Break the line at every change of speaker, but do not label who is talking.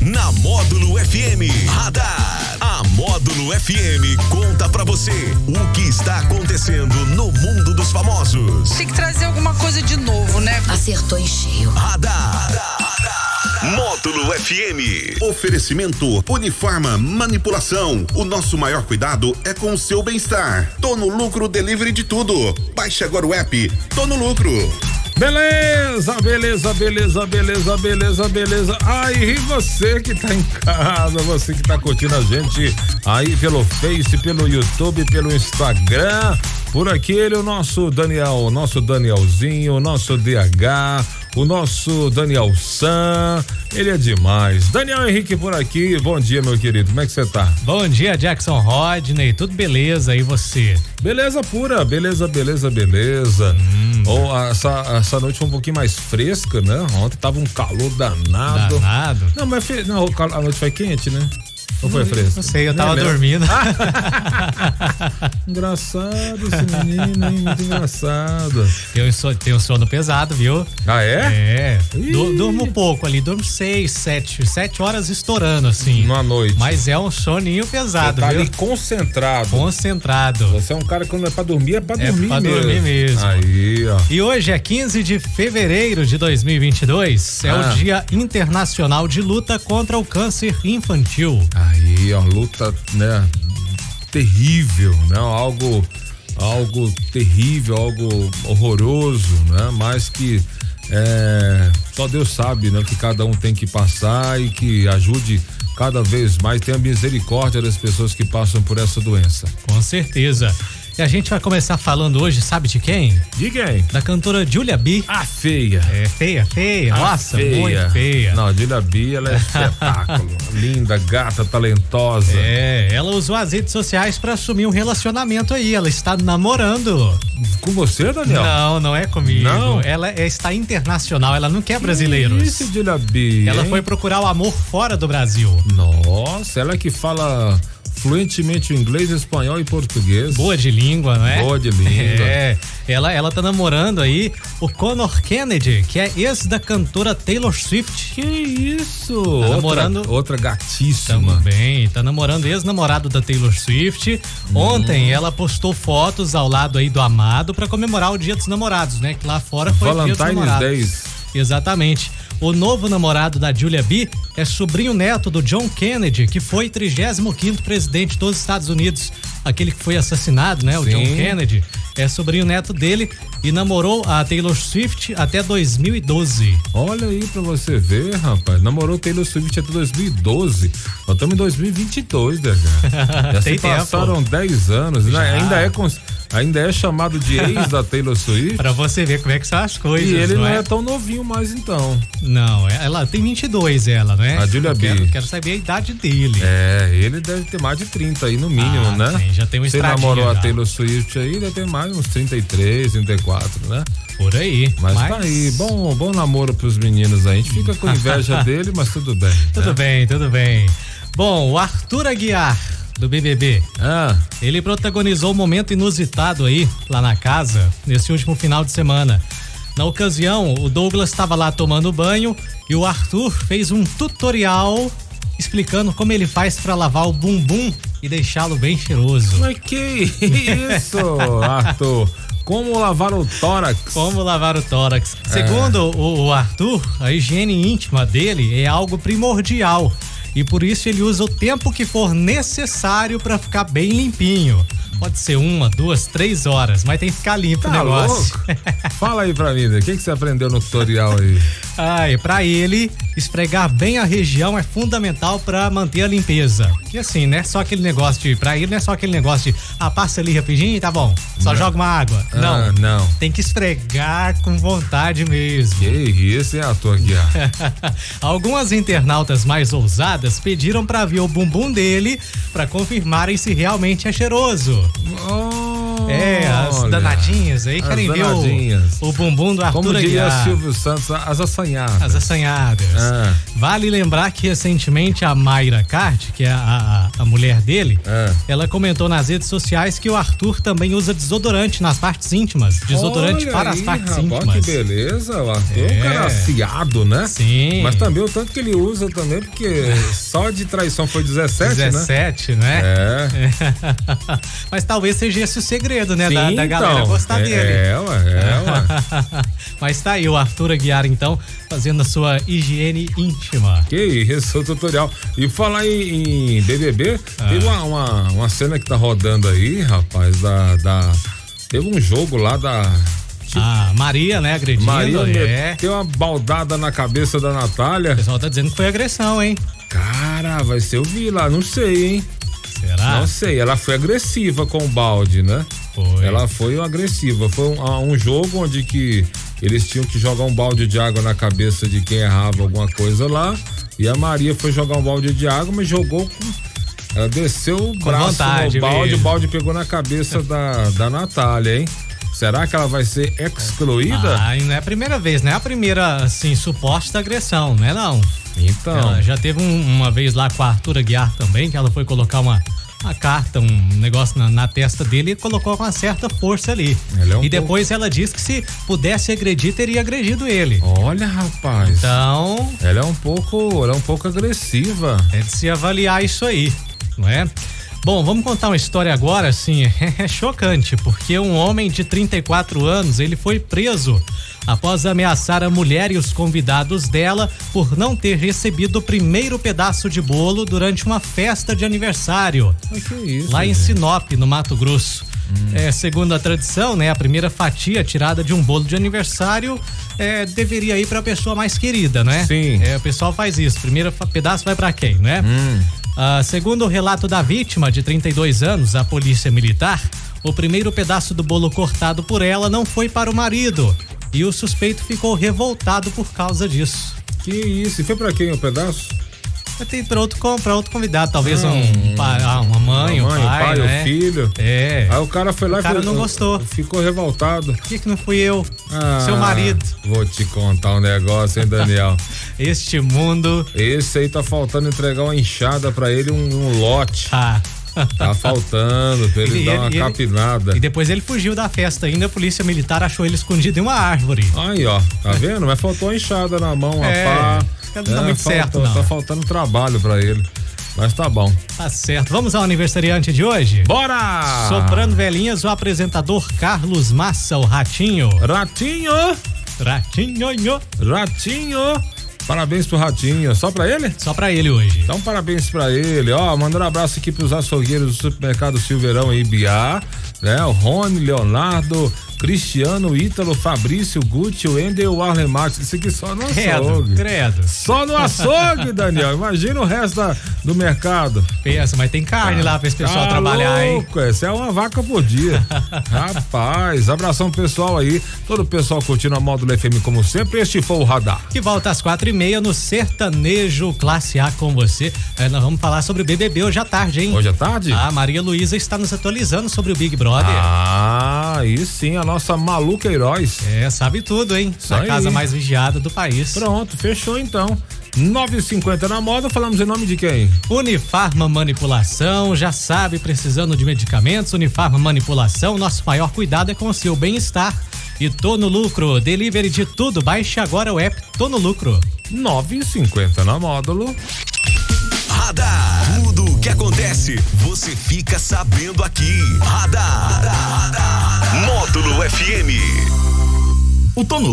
Na Módulo FM Radar. A Módulo FM conta pra você o que está acontecendo no mundo dos famosos.
Tem que trazer alguma coisa de novo, né?
Acertou em cheio.
Radar. Módulo FM. Oferecimento Uniforma Manipulação. O nosso maior cuidado é com o seu bem-estar. Tô no lucro delivery de tudo. Baixe agora o app. Tô no lucro.
Beleza, beleza, beleza, beleza, beleza, beleza. Aí você que tá em casa, você que tá curtindo a gente aí pelo Face, pelo YouTube, pelo Instagram, por aqui ele, o nosso Daniel, o nosso Danielzinho, o nosso DH, o nosso Daniel San, ele é demais. Daniel Henrique por aqui, bom dia meu querido, como é que você tá?
Bom dia, Jackson Rodney. Tudo beleza? E você?
Beleza pura, beleza, beleza, beleza. Ou essa, essa noite foi um pouquinho mais fresca, né? Ontem tava um calor danado.
Danado?
Não, mas fe- não, o cal- a noite foi quente, né? Ou foi fresca?
Não é Ah! sei, eu
Nem
tava
lembro.
dormindo.
Engraçado esse menino, hein? Muito engraçado.
Eu sou- tenho um sono pesado, viu?
Ah, é?
É. Du-
Ih.
durmo pouco ali, durmo seis, sete, sete horas estourando, assim.
Uma noite.
Mas é um soninho pesado,
tá
viu?
ali concentrado.
Concentrado.
Você é um cara que quando é pra dormir, é pra
É
dormir
pra
mesmo.
dormir mesmo.
Aí, ó.
E hoje é 15 de fevereiro de 2022. É
Ah.
o Dia Internacional de Luta contra o Câncer Infantil.
Aí, ó, luta, né? Terrível, né? Algo, algo terrível, algo horroroso, né? Mas que é, só Deus sabe, né? Que cada um tem que passar e que ajude cada vez mais, tenha misericórdia das pessoas que passam por essa doença.
Com certeza. E a gente vai começar falando hoje, sabe de quem?
Diga aí.
Da cantora Julia B.
A feia.
É feia, feia.
A
Nossa, muito feia.
Não, a Dília Bia, ela é espetáculo. Linda, gata, talentosa.
É, ela usou as redes sociais pra assumir um relacionamento aí. Ela está namorando.
Com você, Daniel?
Não, não é comigo.
Não?
Ela é- está internacional, ela não quer brasileiros.
Isso, Dília Bia.
Ela
hein?
foi procurar o amor fora do Brasil.
Nossa, ela que fala fluentemente o inglês, espanhol e português.
Boa de língua, não é?
Boa de língua.
É, ela, ela tá namorando aí o Connor Kennedy, que é ex da cantora Taylor Swift. Tá
Que isso? outra,
namorando-
outra gatíssima.
Também, tá namorando ex-namorado da Taylor Swift.
Hum.
Ontem ela postou fotos ao lado aí do amado pra comemorar o Dia dos Namorados, né? Que lá fora foi o Dia dos
Valentine's
Namorados.
Days.
Exatamente. O novo namorado da Julia B é sobrinho neto do John Kennedy, que foi 35º presidente dos Estados Unidos, aquele que foi assassinado, né, o
Sim.
John Kennedy. É sobrinho neto dele e namorou a Taylor Swift até 2012.
Olha aí pra você ver, rapaz. Namorou Taylor Swift até 2012. Nós estamos em 2022, Dega. Já se
Tem tempo.
passaram 10 anos. né? Ainda é, cons- ainda é chamado de ex da Taylor Swift.
Pra você ver como é que são as
E
coisas,
ele não
é?
é tão novinho mais, então.
Não, é, ela tem 22, ela, né?
A Julia
Eu
B.
Quero, quero saber a idade dele.
É, ele deve ter mais de 30 aí no mínimo,
Ah,
né?
sim, já tem um
Você
estradinho
namorou a
já.
Taylor Swift aí, deve ter mais uns 33, 34, né?
Por aí.
Mas, tá aí, bom, bom namoro pros meninos aí. A gente fica com inveja dele, mas tudo bem.
Tudo
né?
bem, tudo bem. Bom, o Arthur Aguiar, do BBB,
Ah,
ele protagonizou um momento inusitado aí, lá na casa, nesse último final de semana. Na ocasião, o Douglas estava lá tomando banho e o Arthur fez um tutorial explicando como ele faz pra lavar o bumbum e deixá-lo bem cheiroso.
mas que isso, Arthur? Como lavar o tórax?
Como lavar o tórax? Segundo o, o Arthur, a higiene íntima dele é algo primordial e por isso ele usa o tempo que for necessário pra ficar bem limpinho. Pode ser uma, duas, três horas, mas tem que ficar limpo o
Tá
negócio.
louco? Fala aí pra mim, né? o que, que você aprendeu no tutorial aí?
Ah, e pra ele, esfregar bem a região é fundamental pra manter a limpeza. Que assim, né? Só aquele negócio de. Pra ele, não é só aquele negócio de. Ah, passa ali rapidinho e tá bom. Só joga uma água.
Ah,
Não.
não.
Tem que esfregar com vontade mesmo.
Que isso, hein, Arthur Aguiar?
Algumas internautas mais ousadas pediram pra ver o bumbum dele pra confirmarem se realmente é cheiroso. É, as
Olha,
danadinhas aí
as
querem ver
danadinhas.
o, o bumbum do Arthur
Como diria
Aguiar.
Silvio Santos, as assanhadas.
As assanhadas.
Ah.
Vale lembrar que recentemente a Mayra Cart, que é a, a- a mulher dele,
Ah.
ela comentou nas redes sociais que o Arthur também usa desodorante nas partes íntimas. Desodorante
Olha
para as
aí,
partes
rapaz,
íntimas.
Que beleza, né? o Arthur é um
É.
cara aciado, né?
Sim.
Mas também o tanto que ele usa também, porque só de traição foi 17, né?
17, né?
É.
Mas talvez seja esse o segredo, né? da,
Sim,
da galera
então.
gostar
é,
dele.
É, ué, é, ué.
Mas tá aí o Arthur Aguiar, então, fazendo a sua higiene íntima.
Que isso, o tutorial. E falar em, em BBB,
Ah.
teve uma, uma, uma cena que tá rodando aí, rapaz, da, da- Teve um jogo lá da...
A Maria, né, agredindo.
Maria
é.
meteu uma baldada na cabeça da Natália.
O pessoal tá dizendo que foi agressão, hein?
Cara, vai ser eu vi lá, não sei, hein?
Será?
Não sei, ela foi agressiva com o balde, né?
Foi.
Ela foi uma agressiva. Foi um, a- um jogo onde que eles tinham que jogar um balde de água na cabeça de quem errava alguma coisa lá. E a Maria foi jogar um balde de água, mas jogou com. Ela desceu o braço
vontade
no balde,
mesmo.
o balde pegou na cabeça da, da Natália, hein? Será que ela vai ser excluída?
Ah, e não é a primeira vez, não é a primeira, assim, suposta agressão, né não?
então.
Ela já teve um- uma vez lá com a Arthur Aguiar também, que ela foi colocar uma, uma carta, um negócio na, na testa dele e colocou com uma certa força ali.
Ela é um
e depois ela disse que se pudesse agredir, teria agredido ele.
Olha, rapaz.
Então,
Ela é um pouco. Ela é um pouco agressiva.
É de se avaliar isso aí, não é? Bom, vamos contar uma história agora, assim, é chocante, porque um homem de 34 anos, ele foi preso após ameaçar a mulher e os convidados dela por não ter recebido o primeiro pedaço de bolo durante uma festa de aniversário
Mas que isso?
lá em
gente?
Sinop, no Mato Grosso. É, segundo a tradição, né, a primeira fatia tirada de um bolo de aniversário é, deveria ir para a pessoa mais querida, né?
Sim.
É, o pessoal faz isso. Primeiro fa- pedaço vai para quem, né?
Hum.
Ah, segundo o relato da vítima, de 32 anos, a polícia militar, o primeiro pedaço do bolo cortado por ela não foi para o marido. E o suspeito ficou revoltado por causa disso.
Que isso? E foi pra quem o pedaço?
Mas Tem para outro, com- pra outro convidado, talvez um, pa- ah, uma mãe, um
Hum. Mãe, o
pai,
pai,
né?
o filho. Ah,
É.
Aí o cara foi lá
O
e
cara
falou-
não gostou.
Ficou revoltado.
Por que, que não fui eu?
Ah,
Seu marido.
Vou te contar um negócio, hein, Daniel?
Este mundo.
Esse aí tá faltando entregar uma enxada pra ele, um, um lote.
Ah.
Tá faltando pra ele,
Ele-
dar uma
ele- ele-
capinada.
E depois ele fugiu da festa ainda, a polícia militar achou ele escondido em uma árvore.
Aí, ó, tá vendo? Mas faltou uma enxada na mão, uma
É,
pá.
esse cara não dá muito certo, não.
Tá faltando trabalho pra ele. Mas tá bom.
Tá certo. Vamos ao aniversariante de hoje? Ah.
Bora!
Soprando velhinhas, o apresentador Carlos Massa, o Ratinho.
Ratinho!
Ratinho, nho.
Ratinho! Parabéns pro Ratinho. Só pra ele?
Só pra ele hoje.
Então, parabéns pra ele, ó, mandando um abraço aqui pros açougueiros do supermercado Silveirão e Ibiá, né, o Rony, Leonardo, Cristiano, Ítalo, Fabrício, Gucci, o Ender, o Arlen Martins, isso aqui só no
Credo,
açougue.
credo.
Só no açougue, Daniel, imagina o resto da- do mercado.
Pensa, mas tem carne lá pra esse pessoal
Tá
trabalhar, hein?
louco, Essa é uma vaca por dia. Rapaz, abração pessoal aí, todo o pessoal curtindo a Módulo FM como sempre, este foi o Radar.
que volta às quatro e meia no Sertanejo Classe A com você. É, nós vamos falar sobre o BBB hoje à tarde, hein?
Hoje à tarde?
A Ah, Maria Luísa está nos atualizando sobre o Big Brother.
Ah, aí sim, a nossa maluca heróis.
É, sabe tudo, hein?
Isso
A
aí.
casa mais vigiada do país.
Pronto, fechou então. 9,50 na moda, falamos em nome de quem?
Unifarma Manipulação, já sabe, precisando de medicamentos, Unifarma Manipulação, nosso maior cuidado é com o seu bem-estar. E tô no lucro, delivery de tudo, baixe agora o app Tô no lucro.
9,50 na módulo.
Radar. Tudo o que acontece, você fica sabendo aqui. Radar. Módulo FM. O Tono